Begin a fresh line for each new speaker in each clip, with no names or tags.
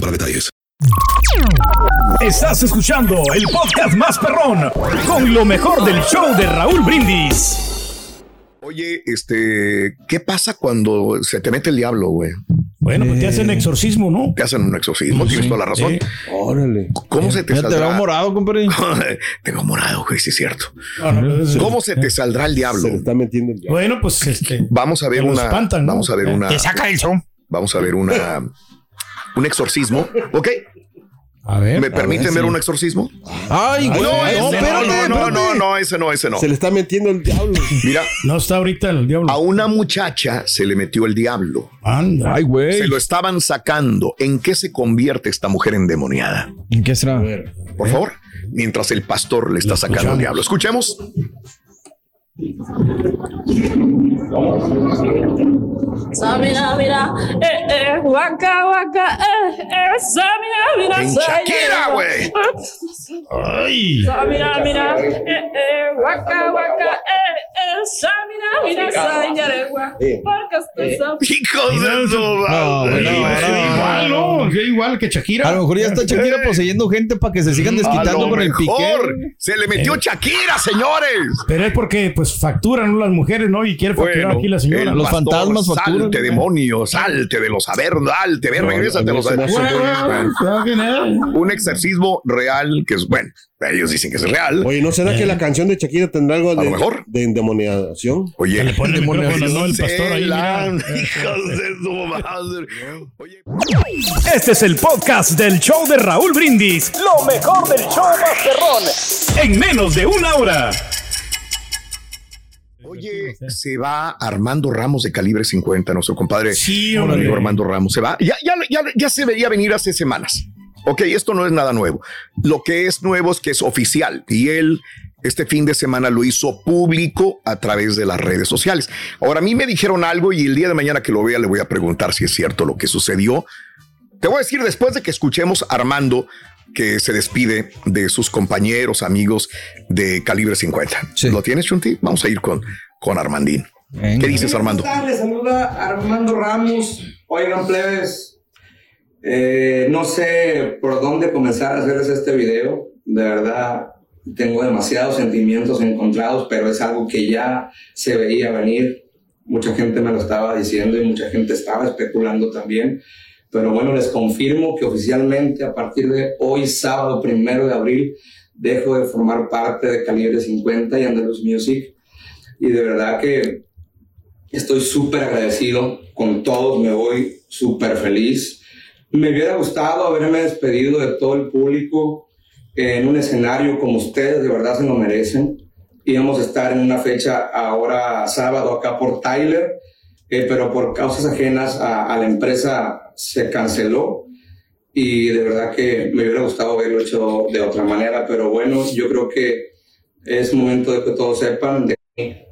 para detalles.
Estás escuchando el podcast más perrón con lo mejor del show de Raúl Brindis.
Oye, este, ¿qué pasa cuando se te mete el diablo, güey?
Bueno, pues te
Eh.
hacen exorcismo, ¿no?
Te hacen un exorcismo, tienes toda la razón.
Órale.
¿Cómo se te
Mira, Te
saldrá?
veo morado, compadre.
Tengo morado, güey, sí es cierto.
No, no, es-
¿Cómo se te saldrá el diablo?
Se le está metiendo el diablo.
Bueno, pues este.
Vamos a ver
Te lo
una.
espantan, ¿no?
Vamos a ver una.
saca el show.
Vamos a ver una. Un exorcismo. ¿Ok?
A ver.
¿Me permiten ver un exorcismo?
Ay, güey.
No, ese
no,
no,
espérate,
no, no,
espérate.
no, no, ese no, ese no.
Se le está metiendo el diablo.
Mira,
No está ahorita el diablo.
a una muchacha se le metió el diablo.
Anda.
Ay, güey.
Se lo estaban sacando. ¿En qué se convierte esta mujer endemoniada?
¿En qué será?
Por favor, mientras el pastor le está sacando el diablo. Escuchemos.
Samina, mira, eh, eh, waka, waka, eh, eh, Samina, mira,
En
saya.
Shakira, güey.
Ay.
Samina, mira, eh, eh, waka, waka, eh, eh, Samina, mira, saya, gua. Porque estoy sab-
Hijos de su
güey,
madre,
no,
güey.
no, no.
Igual, ¿no? Que Igual que Shakira.
A lo mejor ya está Shakira poseyendo gente para que se sigan
A
desquitando
lo
con el
mejor Eh.
piqué.
se le metió Shakira, señores.
Pero es porque, pues, facturan ¿no? las mujeres, ¿no? Y quiere facturar
Bueno,
aquí la señora.
el
Los
pastor,
fantasmas facturan,
Salte,
güey.
demonio, salte de los sabernos, salte, ve, regrésate a los sabernos. Un exorcismo real que es, bueno, ellos dicen que es real.
Oye, ¿no será que la canción de Shakira tendrá algo
Eh. lo
de,
mejor.
de endemoniación?
Oye,
Le pone el micrófono, ¿no? El
se
pastor ahí.
la-
mira.
hijos de su madre. Oye,
Este es el podcast del show de Raúl Brindis. Lo mejor del show Masterrón. En menos de una hora.
oye, se va Armando Ramos de calibre 50, nuestro compadre.
Sí,
Hola,
hombre.
amigo Armando Ramos se va. Ya, ya, ya, ya se veía venir hace semanas. Ok, esto no es nada nuevo. Lo que es nuevo es que es oficial y él este fin de semana lo hizo público a través de las redes sociales. Ahora, a mí me dijeron algo y el día de mañana que lo vea le voy a preguntar si es cierto lo que sucedió. Te voy a decir después de que escuchemos a Armando que se despide de sus compañeros, amigos de Calibre 50.
Sí.
¿Lo tienes, Chunti? Vamos a ir con, con Armandín. ¿Qué dices, Armando?
Buenas tardes, saluda Armando Ramos. Oigan, plebes, eh, no sé por dónde comenzar a hacerles este video. De verdad, tengo demasiados sentimientos encontrados, pero es algo que ya se veía venir. Mucha gente me lo estaba diciendo y mucha gente estaba especulando también. Pero bueno, les confirmo que oficialmente a partir de hoy, sábado primero de abril, dejo de formar parte de Calibre 50 y Andalus Music. Y de verdad que Estoy súper agradecido con todos, me voy súper feliz. Me hubiera gustado haberme despedido de todo el público en un escenario como ustedes de verdad se lo merecen. Íbamos a estar en una fecha ahora sábado acá por Tyler, eh, pero por causas ajenas a, a la empresa se canceló y de verdad que me hubiera gustado haberlo hecho de otra manera, pero bueno, yo creo que es momento de que todos sepan de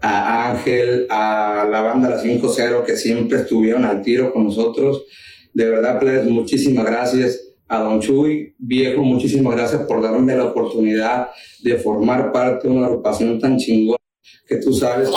a Ángel, a la banda La 5-0 que siempre estuvieron al tiro con nosotros. De verdad, plebes, muchísimas gracias. A Don Chuy, viejo, muchísimas gracias por darme la oportunidad de formar parte de una agrupación tan chingona que tú sabes. que-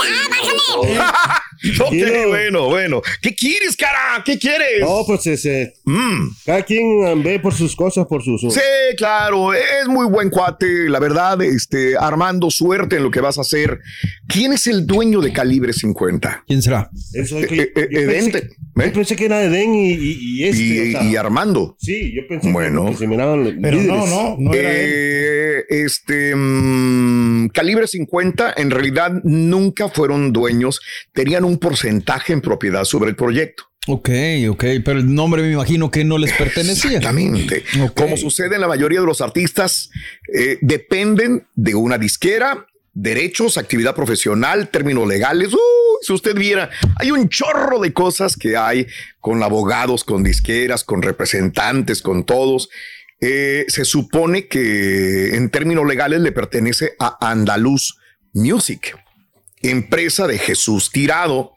Ok,
Tranquilo.
bueno, bueno. ¿Qué quieres, cara? ¿Qué quieres?
No, pues ese,
Mm.
cada quien eh, ve por sus cosas, por sus...
Sí, claro, es muy buen cuate, la verdad, este, Armando, suerte en lo que vas a hacer. ¿Quién es el dueño de Calibre 50?
¿Quién será?
Eso
Eh,
es que-
eh,
yo,
Edén,
pensé,
te- ¿eh?
yo pensé que era Edén y, y, y este. o
Y,
sea,
y Armando.
sí, yo pensé que-
Bueno.
que se miraban los
Pero no,
líderes.
no, no era él.
Eh, este mm, calibre 50 en realidad nunca fueron dueños, tenían un porcentaje en propiedad sobre el proyecto.
Ok, ok. Pero el nombre me imagino que no les pertenecía.
Exactamente.
Ok.
Como sucede en la mayoría de los artistas, eh, dependen de una disquera, derechos, actividad profesional, términos legales, ¡uh! si usted viera, hay un chorro de cosas que hay con abogados, con disqueras, con representantes, con todos. Eh, se supone que en términos legales le pertenece a Andaluz Music, empresa de Jesús Tirado,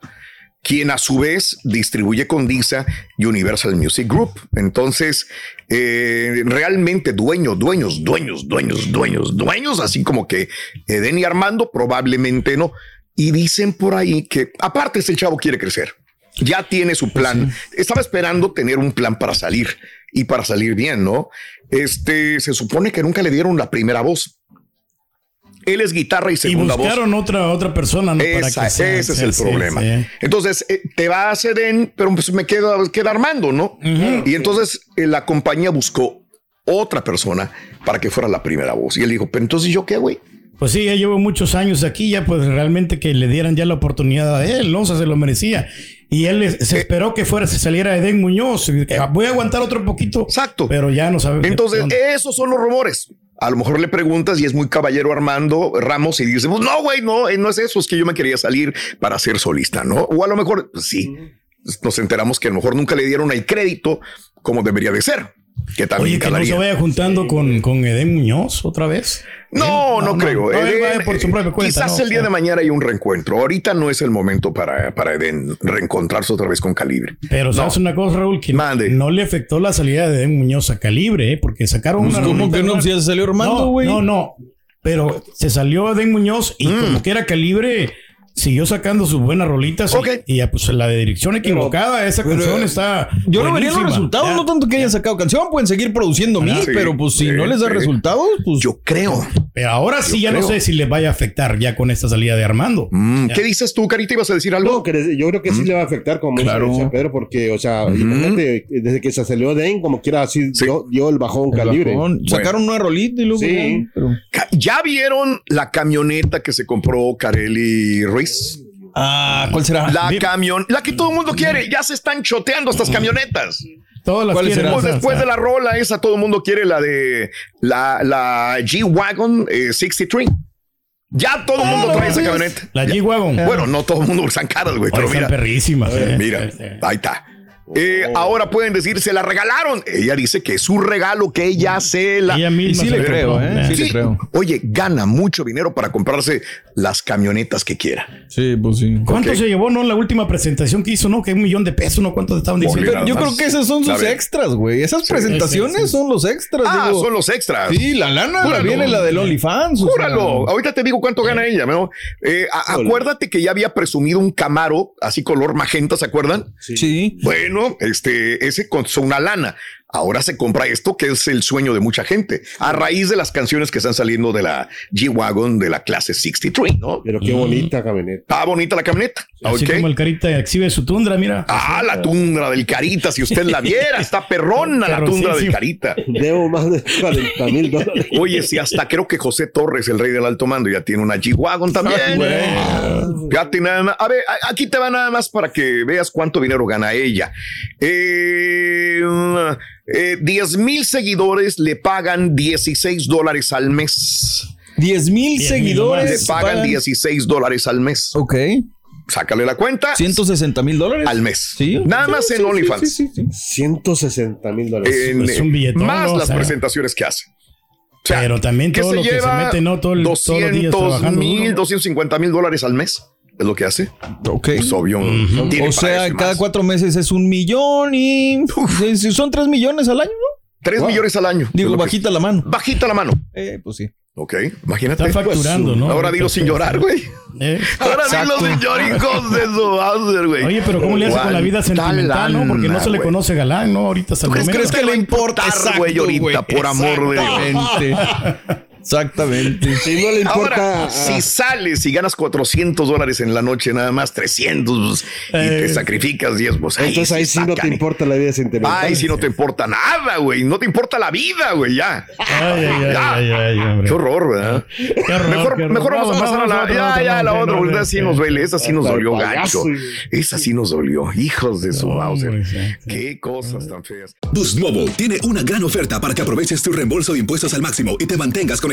quien a su vez distribuye con Disa y Universal Music Group. Entonces, eh, realmente dueños, dueños, dueños, dueños, dueños, dueños, así como que Eden y Armando probablemente no. Y dicen por ahí que aparte ese chavo quiere crecer. Ya tiene su plan. Estaba esperando tener un plan para salir y para salir bien, ¿no? Este se supone que nunca le dieron la primera voz. Él es guitarra y
Y
segunda voz.
buscaron otra, otra persona, ¿no?
Esa-
sea-
ese es el
sí,
problema.
sí.
Entonces, eh, te va a Seden, pero pues me queda, queda Armando, ¿no? Y entonces eh, la compañía buscó otra persona para que fuera la primera voz. Y él dijo, pero entonces yo qué, güey?
Pues sí, ya llevo muchos años aquí, ya pues realmente que le dieran ya la oportunidad a él, ¿no? O sea, se lo merecía. Y él es-
Eh.
se esperó que fuera, se saliera Edén Muñoz. y que, "Ah, Voy a aguantar otro poquito.
Exacto.
Pero pues, ya no sabe.
Entonces, esos son los rumores. A lo mejor le preguntas y es muy caballero Armando Ramos y dice, pues no, güey, no, eh, no es eso, es que yo me quería salir para ser solista, ¿no? O a lo mejor pues, sí, nos enteramos que a lo mejor nunca le dieron el crédito como debería de ser. Que también
Oye, que no
calaría.
se vaya juntando con, con Edén Muñoz otra vez.
No,
Él-
no, creo.
no, él va
Eden,
por su propia
eh,
cuenta,
quizás
¿no?
el día de mañana hay un reencuentro. Ahorita no es el momento para, para Eden reencontrarse otra vez con Calibre.
Pero sabes una cosa, Raúl, que
Mande.
no le afectó la salida de Edén Muñoz a Calibre, ¿eh? porque sacaron
Pues
una.
¿Cómo que no? Si ya se salió Armando,
No,
güey.
No, no. Pero se salió Adén Muñoz y como que era calibre, siguió sacando sus buenas rolitas. y-
Ok.
Y, ya, pues la de dirección equivocada, esa canción está.
eh, Yo no vería los
buenísima.
resultados,
Ya.
no tanto que hayan sacado canción, pueden seguir produciendo mil,
Ah, sí,
pero pues si
sí,
no les da
sí.
resultados, pues
Yo creo.
Pero ahora sí, ya no
creo.
sé si les vaya a afectar ya con esta salida de Armando.
Mm, ¿Qué dices tú, Carita? ¿Ibas a decir algo?
No, que yo creo que sí le va a afectar como
Claro.
dice Pedro, porque, o sea, imagínate, desde que se salió Den, como quiera, así
Sí.
dio, dio el bajón
el
calibre.
bajón. sacaron una rolita y luego
Sí.
ya, pero-
Ca- ¿Ya vieron la camioneta que se compró Carelli Ruiz?
Ah, ¿cuál será?
La camión, la que todo el mundo quiere. Ya se están choteando estas
Mm.
camionetas.
Todas las
¿Cuál
quieren,
será?
o
Pues
sea,
después de la rola esa, todo el mundo quiere la de la, la G-Wagon eh, 63. Ya todo el mundo trae esa camioneta.
La G-Wagon.
Bueno, no todo el mundo están caras, güey. Pero
Oye,
mira,
están perrísimas. eh.
Mira, ahí está. Eh,
Oh.
Ahora pueden decir, se la regalaron. Ella dice que es un regalo que ella se la.
Mm. Ella misma.
Y sí
se
le
la
creo,
compró.
¿eh?
Nah.
Sí le creo.
Oye, gana mucho dinero para comprarse las camionetas que quiera.
Sí, pues sí.
¿Cuánto
Ok.
se llevó, no? La última presentación que hizo, ¿no? Que un millón de pesos, ¿no? ¿Cuánto estaban diciendo?
Ole, nada
Pero yo
más.
creo que esos son sus
Sabe.
extras, güey. Esas
Sí, sí,
presentaciones
sí.
son los extras.
Ah,
digo.
son los extras.
Sí, la lana la
Júralo.
viene la del OnlyFans. o sea.
Júralo. Ahorita te digo cuánto gana ella. ¿no? Eh, a- acuérdate que ya había presumido un Camaro así color magenta, ¿se acuerdan?
Sí.
Bueno, este, ese costó una lana. Ahora se compra esto que es el sueño de mucha gente a raíz de las canciones que están saliendo de la G-Wagon de la clase 63, ¿no?
Pero qué bonita camioneta.
Está bonita la camioneta.
Así
Ah, ok.
como el carita exhibe su tundra, mira.
Ah, la tundra del Carita, si usted la viera, está perrona la tundra del Carita.
Debo más de 40 mil dólares.
Oye, si hasta creo que José Torres, el rey del alto mando, ya tiene una G-Wagon también. Fíjate nada más. A ver, a- aquí te va nada más para que veas cuánto dinero gana ella. Eh, eh, 10 mil seguidores le pagan 16 dólares al mes.
10
10,000
mil
Le
seguidores.
pagan 16 dólares al mes.
Ok.
Sácale la cuenta
160 mil dólares.
al mes.
Sí.
Nada más en OnlyFans.
160 mil dólares.
En-
Es un billetón,
más
¿no? O
las
sea,
presentaciones que hace. O sea,
pero también
¿qué
todo
se
lo que se
lleva?
mete, ¿no? Todo el, todos los días
200
trabajando.
mil,
duro.
250 mil dólares al mes es lo que hace.
Ok.
Pues obvio. tiene para
O sea,
eso y
cada
más.
cuatro meses es un millón y Sí, sí, son tres millones al año, ¿no?
Tres millones al año. es
Digo,
lo que-
bajita la mano.
Bajita la mano.
Eh, pues sí.
Ok, imagínate.
Está facturando, ¿no?
Ahora dilo sin llorar, güey.
Eh,
Ahora
Exacto.
dilo sin llorar, hijos de su madre, güey.
Oye, pero ¿cómo le hace con la vida
¿Cuánta
sentimental, no? Porque no se le
lana,
conoce galán, ¿no? Ahorita hasta el
¿Tú
momento.
crees que
te va
le
a
importa,
importar, güey,
Exacto,
ahorita, por amor de-
Exactamente. Exactamente.
Si no le importa. Ah.
Ahora, si sales y ganas 400 dólares en la noche, nada más 300 y te
Eh,
sacrificas 10, pues
entonces ahí sí
está
no te
canijo.
importa la vida sentimental.
Ay, si no te importa nada, güey. No te importa la vida, güey, ya.
Ay, ay, ay, ay, ay, hombre.
Qué horror, ¿verdad?
Qué horror,
mejor
qué horror.
mejor vamos a pasar a la.
otra,
ya,
otra,
ya, la
hombre,
otra.
no,
porque
hombre,
esa sí
sí.
nos duele. Esa sí nos
Hasta el
dolió
payaso,
gancho. Esa sí nos dolió. Hijos de su
No,
Bowser.
hombre, sí, sí.
Qué cosas tan feas.
Boost Mobile tiene una gran oferta para que aproveches tu reembolso de impuestos al máximo y te mantengas conectado.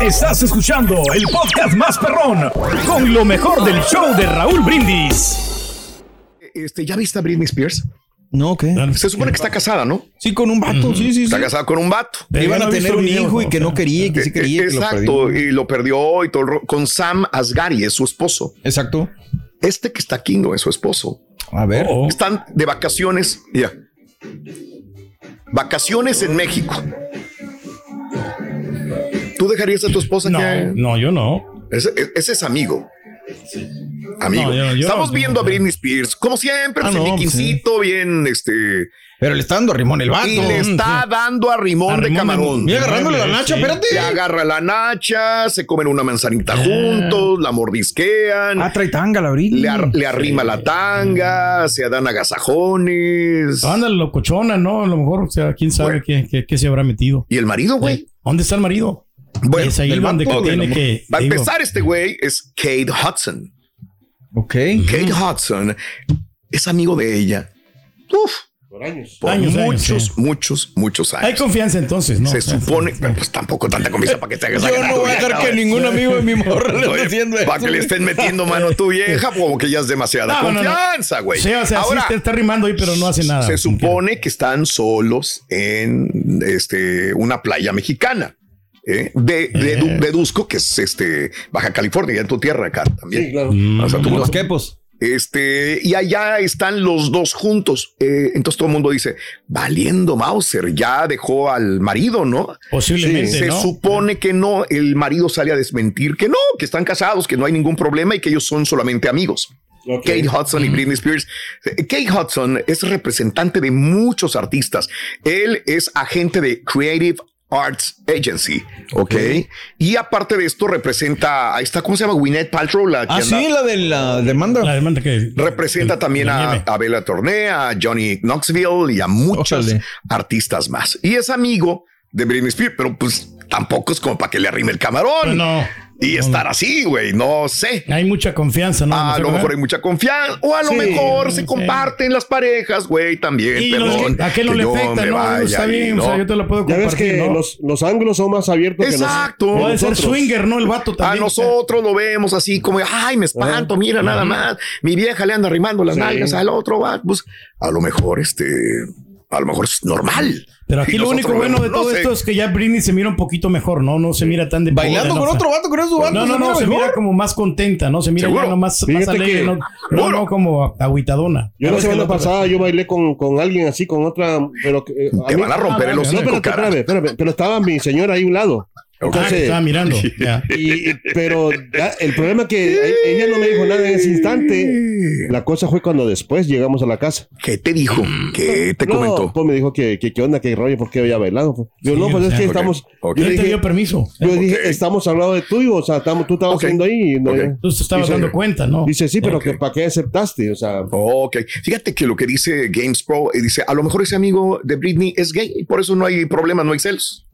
Estás escuchando el podcast más perrón con lo mejor del show de Raúl Brindis.
Este, ¿Ya viste a Britney Spears?
No, ¿qué?
Se supone que está casada, ¿no?
Sí, con un vato, sí, sí, sí.
Está casada con un vato.
Que Iban a tener un hijo y que no quería y que sí quería. y que lo
Eh, Exacto,
perdió.
y lo perdió y todo el ro- con Sam Asghari, es su esposo.
Exacto.
Este que está aquí no es su esposo.
A ver.
Oh.
Están de vacaciones, ya. Vacaciones en México. ¿Tú dejarías a tu esposa
No,
que-
no, yo no.
Ese, ese es amigo. Amigo.
No, yo- yo-
Estamos
yo-
viendo a Britney Spears, como siempre,
Ah,
sin
no,
liquincito, bien, este.
Pero le está dando rimón el vato.
Y le está dando a rimón,
A
de
rimón de-
camarón.
Mira, agarrándole la nacha,
Sí.
espérate.
Le agarra la nacha, se comen una manzanita juntos, la mordisquean,
Ah, trae tanga la
le,
brilla.
ar- le arrima la tanga, se dan agasajones.
Anda locochona, ¿no? A lo mejor, o sea, quién sabe
Bueno.
qué, qué- qué se habrá metido.
Y el marido, güey.
¿Dónde está el marido?
Bueno,
es ahí
del
donde
vato,
que
del
tiene
amor.
que-
Para
digo-
empezar, este güey es Kate Hudson.
Ok.
Kate Hudson es amigo de ella. Uf,
Por años.
por
Años, años,
muchos,
sí.
muchos, muchos
Hay
años.
confianza entonces, ¿no?
se
O sea,
supone, pues tampoco tanta comida para que te hagas
Yo no voy a dejar que ningún amigo de mi morra le esté haciendo
Para que le
eso.
estén metiendo mano a tu vieja, como que ya es demasiada
No, no, no.
confianza, güey.
Sí, o sea, sí
Ahora,
está, está rimando ahí, pero no hace nada.
se supone que están solos en este, una playa mexicana. ¿eh? De, dedu- deduzco que es este, Baja California, ya en tu tierra acá también.
Sí, claro.
Mm.
O sea, tú-
Los quepos.
este, y allá están los dos juntos. Eh, entonces todo el mundo dice, valiendo Mauser, ya dejó al marido, ¿no?
Posiblemente,
Se
¿no?
supone que no, el marido sale a desmentir que no, que están casados, que no hay ningún problema y que ellos son solamente amigos.
Ok.
Kate Hudson y Britney Spears. Eh, Kate Hudson es representante de muchos artistas. Él es agente de Creative Arts Agency, ¿ok? Y aparte de esto representa a esta, ¿cómo se llama? Gwyneth Paltrow, la que
Ah,
anda-
sí, la de la
La
demanda.
demanda que...
Representa también
la
a,
nieve.
a Bella Torné, a Johnny Knoxville y a muchos
Órale.
artistas más. Y es amigo de Britney Spears, pero pues tampoco es como para que le arrime el
Pues
camarón
no.
y estar así, güey. No sé.
Hay mucha confianza, ¿no?
A
No sé
Ah, lo
cómo-
mejor hay mucha confianza o a lo
Sí,
mejor se
sí.
comparten las parejas, güey, también.
Y los
perdón,
que- ¿A qué no
que
le
yo
afecta?
me
No,
vaya
está
ahí,
bien, o sea,
¿no?
yo te lo puedo
Ya ves
compartir,
que
¿no?
los, los ángulos son más abiertos que los-
Exacto.
que
Puede ser
nosotros.
swinger, ¿no? El vato
A
también.
Ah, nosotros lo vemos así como, ay, me espanto, mira nada más. Mi vieja le anda arrimando las
Sí.
nalgas al otro, va, pues a lo mejor este, a lo mejor es normal.
Pero aquí
Y
lo
nosotros
único bueno de
vemos, no
todo
sé.
esto es que ya Britney se mira un poquito mejor, ¿no? No se mira tan de
Bailando
pobre,
con
¿no?
otro vato, con eso vato.
No, no, no, se mira como más contenta, ¿no? Se mira
Seguro.
ya no más, más
Fíjate
alegre,
que-
no, no, no como agüitadona.
Yo
A
la
ver,
semana
¿qué otro? Ah,
pasada yo bailé con, con alguien así, con otra, pero que, eh,
Te
mí-
van a romper el
No,
hocico,
espérate,
cara.
espérame, espérame, pero estaba mi señora ahí a un lado.
Ah, que
Entonces,
estaba mirando. ya.
y- y- pero ya, el problema es que e- ella no me dijo nada en ese instante. La cosa fue cuando después llegamos a la casa.
¿Qué te dijo?
Mm.
¿Qué te
No,
comentó?
Pues me dijo que, que qué onda, que rollo, por qué había bailado. pues. Yo
Sí,
no, pues
o
es
sea,
que
ok,
estamos.
ok.
Yo
Él te
dije,
dio permiso.
yo dije, estamos al lado de tuyo, o sea, estamos, tú estabas
Ok.
haciendo ahí. y no-
Ok.
Tú te estabas
Dice-
dando cuenta, ¿no?
Dice, sí, pero que, ¿para qué aceptaste? O sea,
Ok, fíjate que lo que dice Games Pro eh, dice, a lo mejor ese amigo de Britney es gay y por eso no hay problema, no hay celos.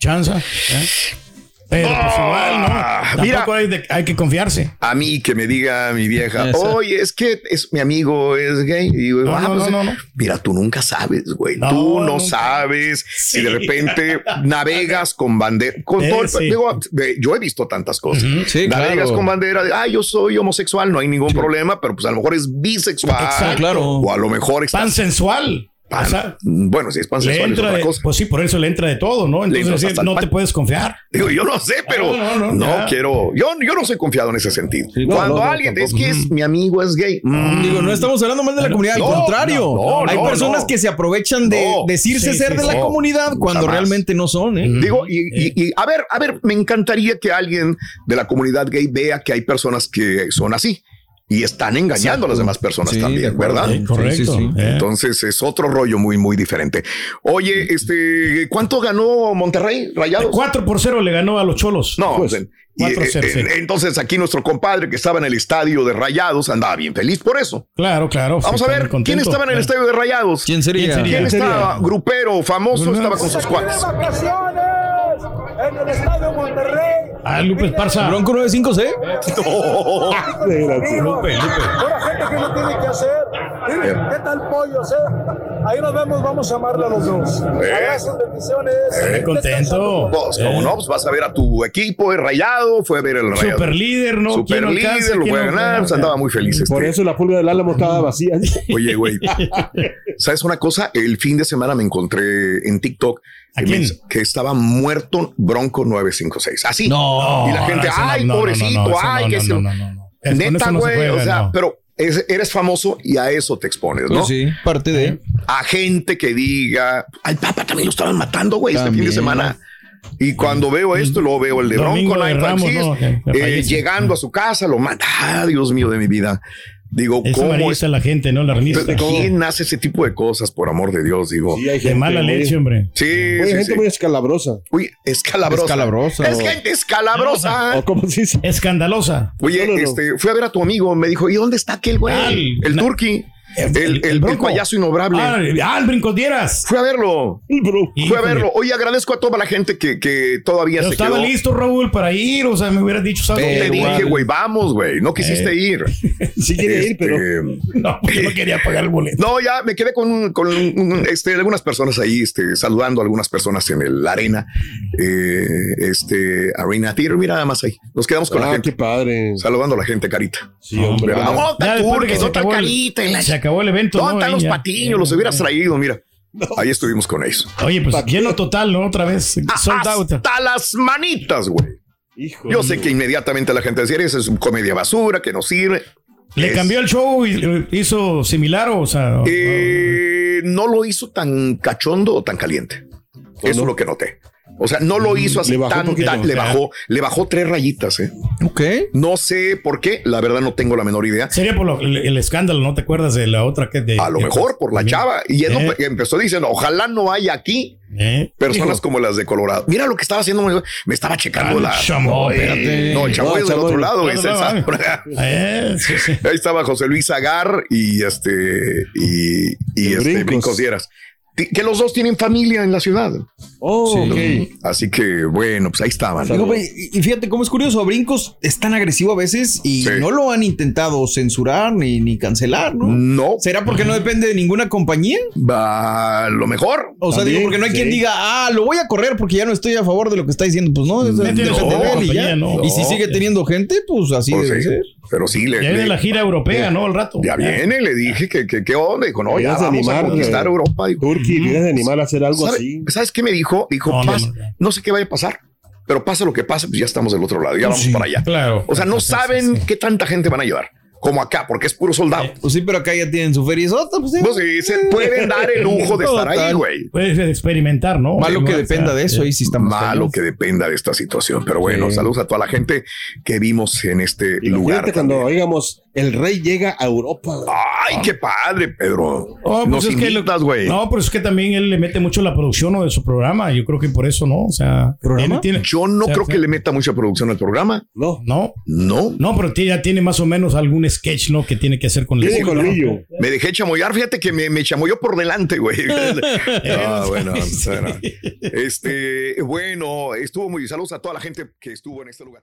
Chanza. ¿eh? Pero pues igual, ¿no?
Ah, mira.
Tampoco hay, de- hay que confiarse.
A mí que me diga mi vieja,
Esa.
oye, es que es mi amigo es gay. Y digo,
No,
"Ah,
no,
pues,
no, no, no.
Mira, tú nunca sabes, güey.
No,
tú no
nunca.
sabes si de
Sí.
repente navegas con bandera. Con
Eh,
todo el-
sí.
digo, eh, yo he visto tantas cosas.
Sí,
navegas
claro.
con bandera de, ah, yo soy homosexual, no hay ningún problema, pero pues a lo mejor es bisexual.
Exacto.
claro.
O a lo mejor estás
Tan sensual.
Pan-
sea,
bueno, si es
Le
pansexual es
entra
otra
de-
cosa.
pues sí, por eso le entra de todo, ¿no?
Le entras
Entonces
hasta el
no
pan.
te puedes confiar.
Digo, yo no sé, pero
No,
no,
no, no, ya.
quiero. Yo, yo no soy confiado en ese sentido.
Sí, no,
Cuando
no, no,
alguien es
tampoco.
que es mi amigo es gay. mm,
Digo, no estamos hablando mal de la comunidad,
No,
al contrario.
no, no,
Hay
no,
personas
no.
que se aprovechan de
No.
decirse
Sí,
ser
sí,
de la
no.
comunidad cuando
Jamás.
realmente no son, ¿eh?
Digo, y, y- y, a ver, a ver, me encantaría que alguien de la comunidad gay vea que hay personas que son así y están engañando a las demás personas
Sí, de
también,
acuerdo.
¿verdad?
Sí,
correcto.
sí, sí.
Eh.
Entonces es otro rollo muy, muy diferente. Oye, este, ¿cuánto ganó Monterrey Rayados?
4 por 0 le ganó a los cholos.
No,
Pues,
en- y, eh,
4-0, sí.
en- entonces aquí nuestro compadre que estaba en el estadio de Rayados andaba bien feliz por eso.
Claro, claro.
Vamos
sí,
a
está
ver,
muy contento.
¿quién estaba en el
Eh.
estadio de Rayados?
¿Quién sería?
¿Quién sería?
¿Quién
sería?
estaba? Grupero, famoso,
Ujú.
estaba con sus cuates.
Ah, López Parza.
Bronco 95 c
Pura gente que no tiene que hacer. Miren, ¿qué tal pollo? eh? Ahí nos vemos, vamos a amarle a los dos.
Eh.
Abrazos, bendiciones.
Contento.
Pues, como no, pues vas a ver a tu equipo de rayado, fue a ver el rayado.
Super líder, ¿no?
Super
¿Quién
líder,
alcanza?
lo
¿Quién
voy a
no
ganar, pues
alcanza?
andaba muy feliz. este.
Por eso la pulga del álamo estaba vacía.
Oye, güey, ¿sabes una cosa? El fin de semana me encontré en TikTok
¿A
que, me
quién?
dice que estaba muerto Bronco 956. Así.
No.
Y la gente,
eso
ay,
no, no, no,
pobrecito,
no, eso
ay,
no,
que
no,
se-
no, no, no, no. Es- con
Neta,
eso no se
güey, o
juega,
sea,
no.
pero es- eres famoso y a eso te expones, ¿no?
Pues sí, parte de.
a gente que diga, al Papa también lo estaban matando, güey, este fin de
También.
semana. Y cuando veo esto, luego veo el de
Mm. Domingo
Bronco,
de
Nine
Ramos,
Francis,
¿no? Que- que
eh,
fallece.
llegando a su casa, lo mata. Ah, Dios mío de mi vida. Digo,
Eso
¿cómo es?
amarillista la gente, ¿no? La revista.
Pero ¿Quién hace ese tipo de cosas, por amor de Dios? Digo, sí,
hay
De mala
muy-
leche, hombre.
sí,
Oye,
sí.
gente muy escalabrosa.
Uy, escalabrosa.
Escalabrosa.
Es gente escalabrosa.
O como se dice.
Escandalosa.
Oye,
No, no, no.
este, fui a ver a tu amigo, me dijo, ¿y dónde está aquel güey?
Ah, el-
el
na-
turqui, el,
el- el
el- el
Bronco.
payaso innombrable.
Ah, ah, el brincos dieras.
Fui a verlo.
Bro.
Fue a verlo. Hoy agradezco a toda la gente que, que todavía
Yo
se
estaba
quedó.
listo, Raúl, para ir. O sea, me hubieras dicho, ¿sabes?
Te
dónde,
dije, güey, vamos, güey. No quisiste ir.
Eh, Sí quiere ir, pero.
Este,
No, porque no quería pagar el boleto.
No, ya me quedé con, un- con un- este, algunas personas ahí, este, saludando a algunas personas en el arena, eh, este, arena theater. Mira nada más ahí. Nos quedamos con la
Ah, qué
gente,
padre.
saludando a la gente carita.
Sí, hombre.
Pero,
¿verdad?
"Aguanta,
Ya después de que
Turquis,
se
otra
acabó el-
carita en la-
Se acabó el evento.
¿Dónde
¿no?
están
Ahí
los
ya.
patiños? Los hubieras traído, mira. Ahí estuvimos con ellos.
Oye, pues lleno total, ¿no? Otra vez.
Ah,
Sold out.
Hasta las manitas, güey.
Hijo.
Yo sé que inmediatamente la gente decía, esa es una comedia basura que no sirve.
Le
Es-
cambió el show y lo hizo similar, o sea. o-
Eh, no lo hizo tan cachondo o tan caliente. Eso es lo que noté. O sea, no lo hizo así
Mm, le bajó
tan,
poquito,
tan- le
o sea.
bajó, le bajó tres rayitas, eh.
Ok.
No sé por qué, la verdad no tengo la menor idea.
Sería por lo- el, el escándalo, ¿no te acuerdas de la otra que de.
A lo
que-
mejor por la
también.
chava. Y él no-
Eh.
empezó diciendo, ojalá no haya aquí
¿Eh?
personas como las de Colorado. Mira lo que estaba haciendo. Me estaba checando
Ah,
la...
chamo, espérate.
No, el chavo
No,
es del
chamoy.
otro lado. güey,
Otro lado,
sensa-
Eh, sí, sí.
Ahí estaba José Luis Agar y este y, y
Y
este
Brincos.
Brincos Dieras. Ti- Que los dos tienen familia en la ciudad.
Oh,
Sí.
ok.
Así que bueno, pues ahí estaban.
Digo, güey, y y fíjate cómo es curioso, a Brincos es tan agresivo a veces y
Sí.
no lo han intentado censurar ni, ni cancelar, ¿no?
No,
¿Será porque no depende de ninguna compañía?
va, lo mejor.
O sea,
También,
digo, porque no hay
sí.
quien diga, ah, lo voy a correr porque ya no estoy a favor de lo que está diciendo. Pues no, es
No tiene
depende de
sentido,
él y ya.
no.
Y si
Oh,
sigue teniendo gente, pues así
Pues
debe
sí,
ser.
pero sí, le,
Ya
le-
viene la gira europea, ¿no? Al rato.
ya viene, le dije que, que, que onda. Dijo, no, ya
Deberías
vamos
de
a
animar,
conquistar
güey.
Europa. Dijo,
Turki, debes de animar a hacer algo
¿sabe-
así.
¿Sabes qué me dijo? Dijo,
No, no,
"Pas-
no, no.
no sé qué vaya a pasar, pero pasa lo que pase, pues ya estamos del otro lado, ya vamos
Sí,
para allá.
Claro.
O sea, no
Sí, sí,
saben
sí.
qué tanta gente van a llevar, como acá, porque es puro soldado.
Pues sí, pero acá ya tienen su feria sota, pues sí.
Pues sí, se pueden dar el lujo de estar ahí,
Total.
güey.
Puedes experimentar, ¿no?
Malo que
O sea,
dependa de eso, ahí sí está más
Malo
cañón.
que dependa de esta situación. Pero bueno,
Sí.
saludos a toda la gente que vimos en este lugar.
Imagínate cuando
también.
oigamos, el rey llega a Europa.
Ay, qué padre, Pedro.
Oh, pues
Nos
es que lo-
invitas, güey.
No, pero es que también él le mete mucho la producción o de su programa. Yo creo que por eso, ¿no? O sea,
¿Programa?
tiene- tiene-
Yo no
O sea,
creo
sí.
que le meta mucha producción al programa.
No,
no,
No.
no, pero tiene- ya tiene más o menos algún sketch, ¿no? Que tiene que hacer con el
tiene colmillo.
Me dejé chamoyar, fíjate que me, me chamoyó por delante, güey. Ah, bueno, bueno. Este, bueno, estuvo muy. Saludos a toda la gente que estuvo en este lugar.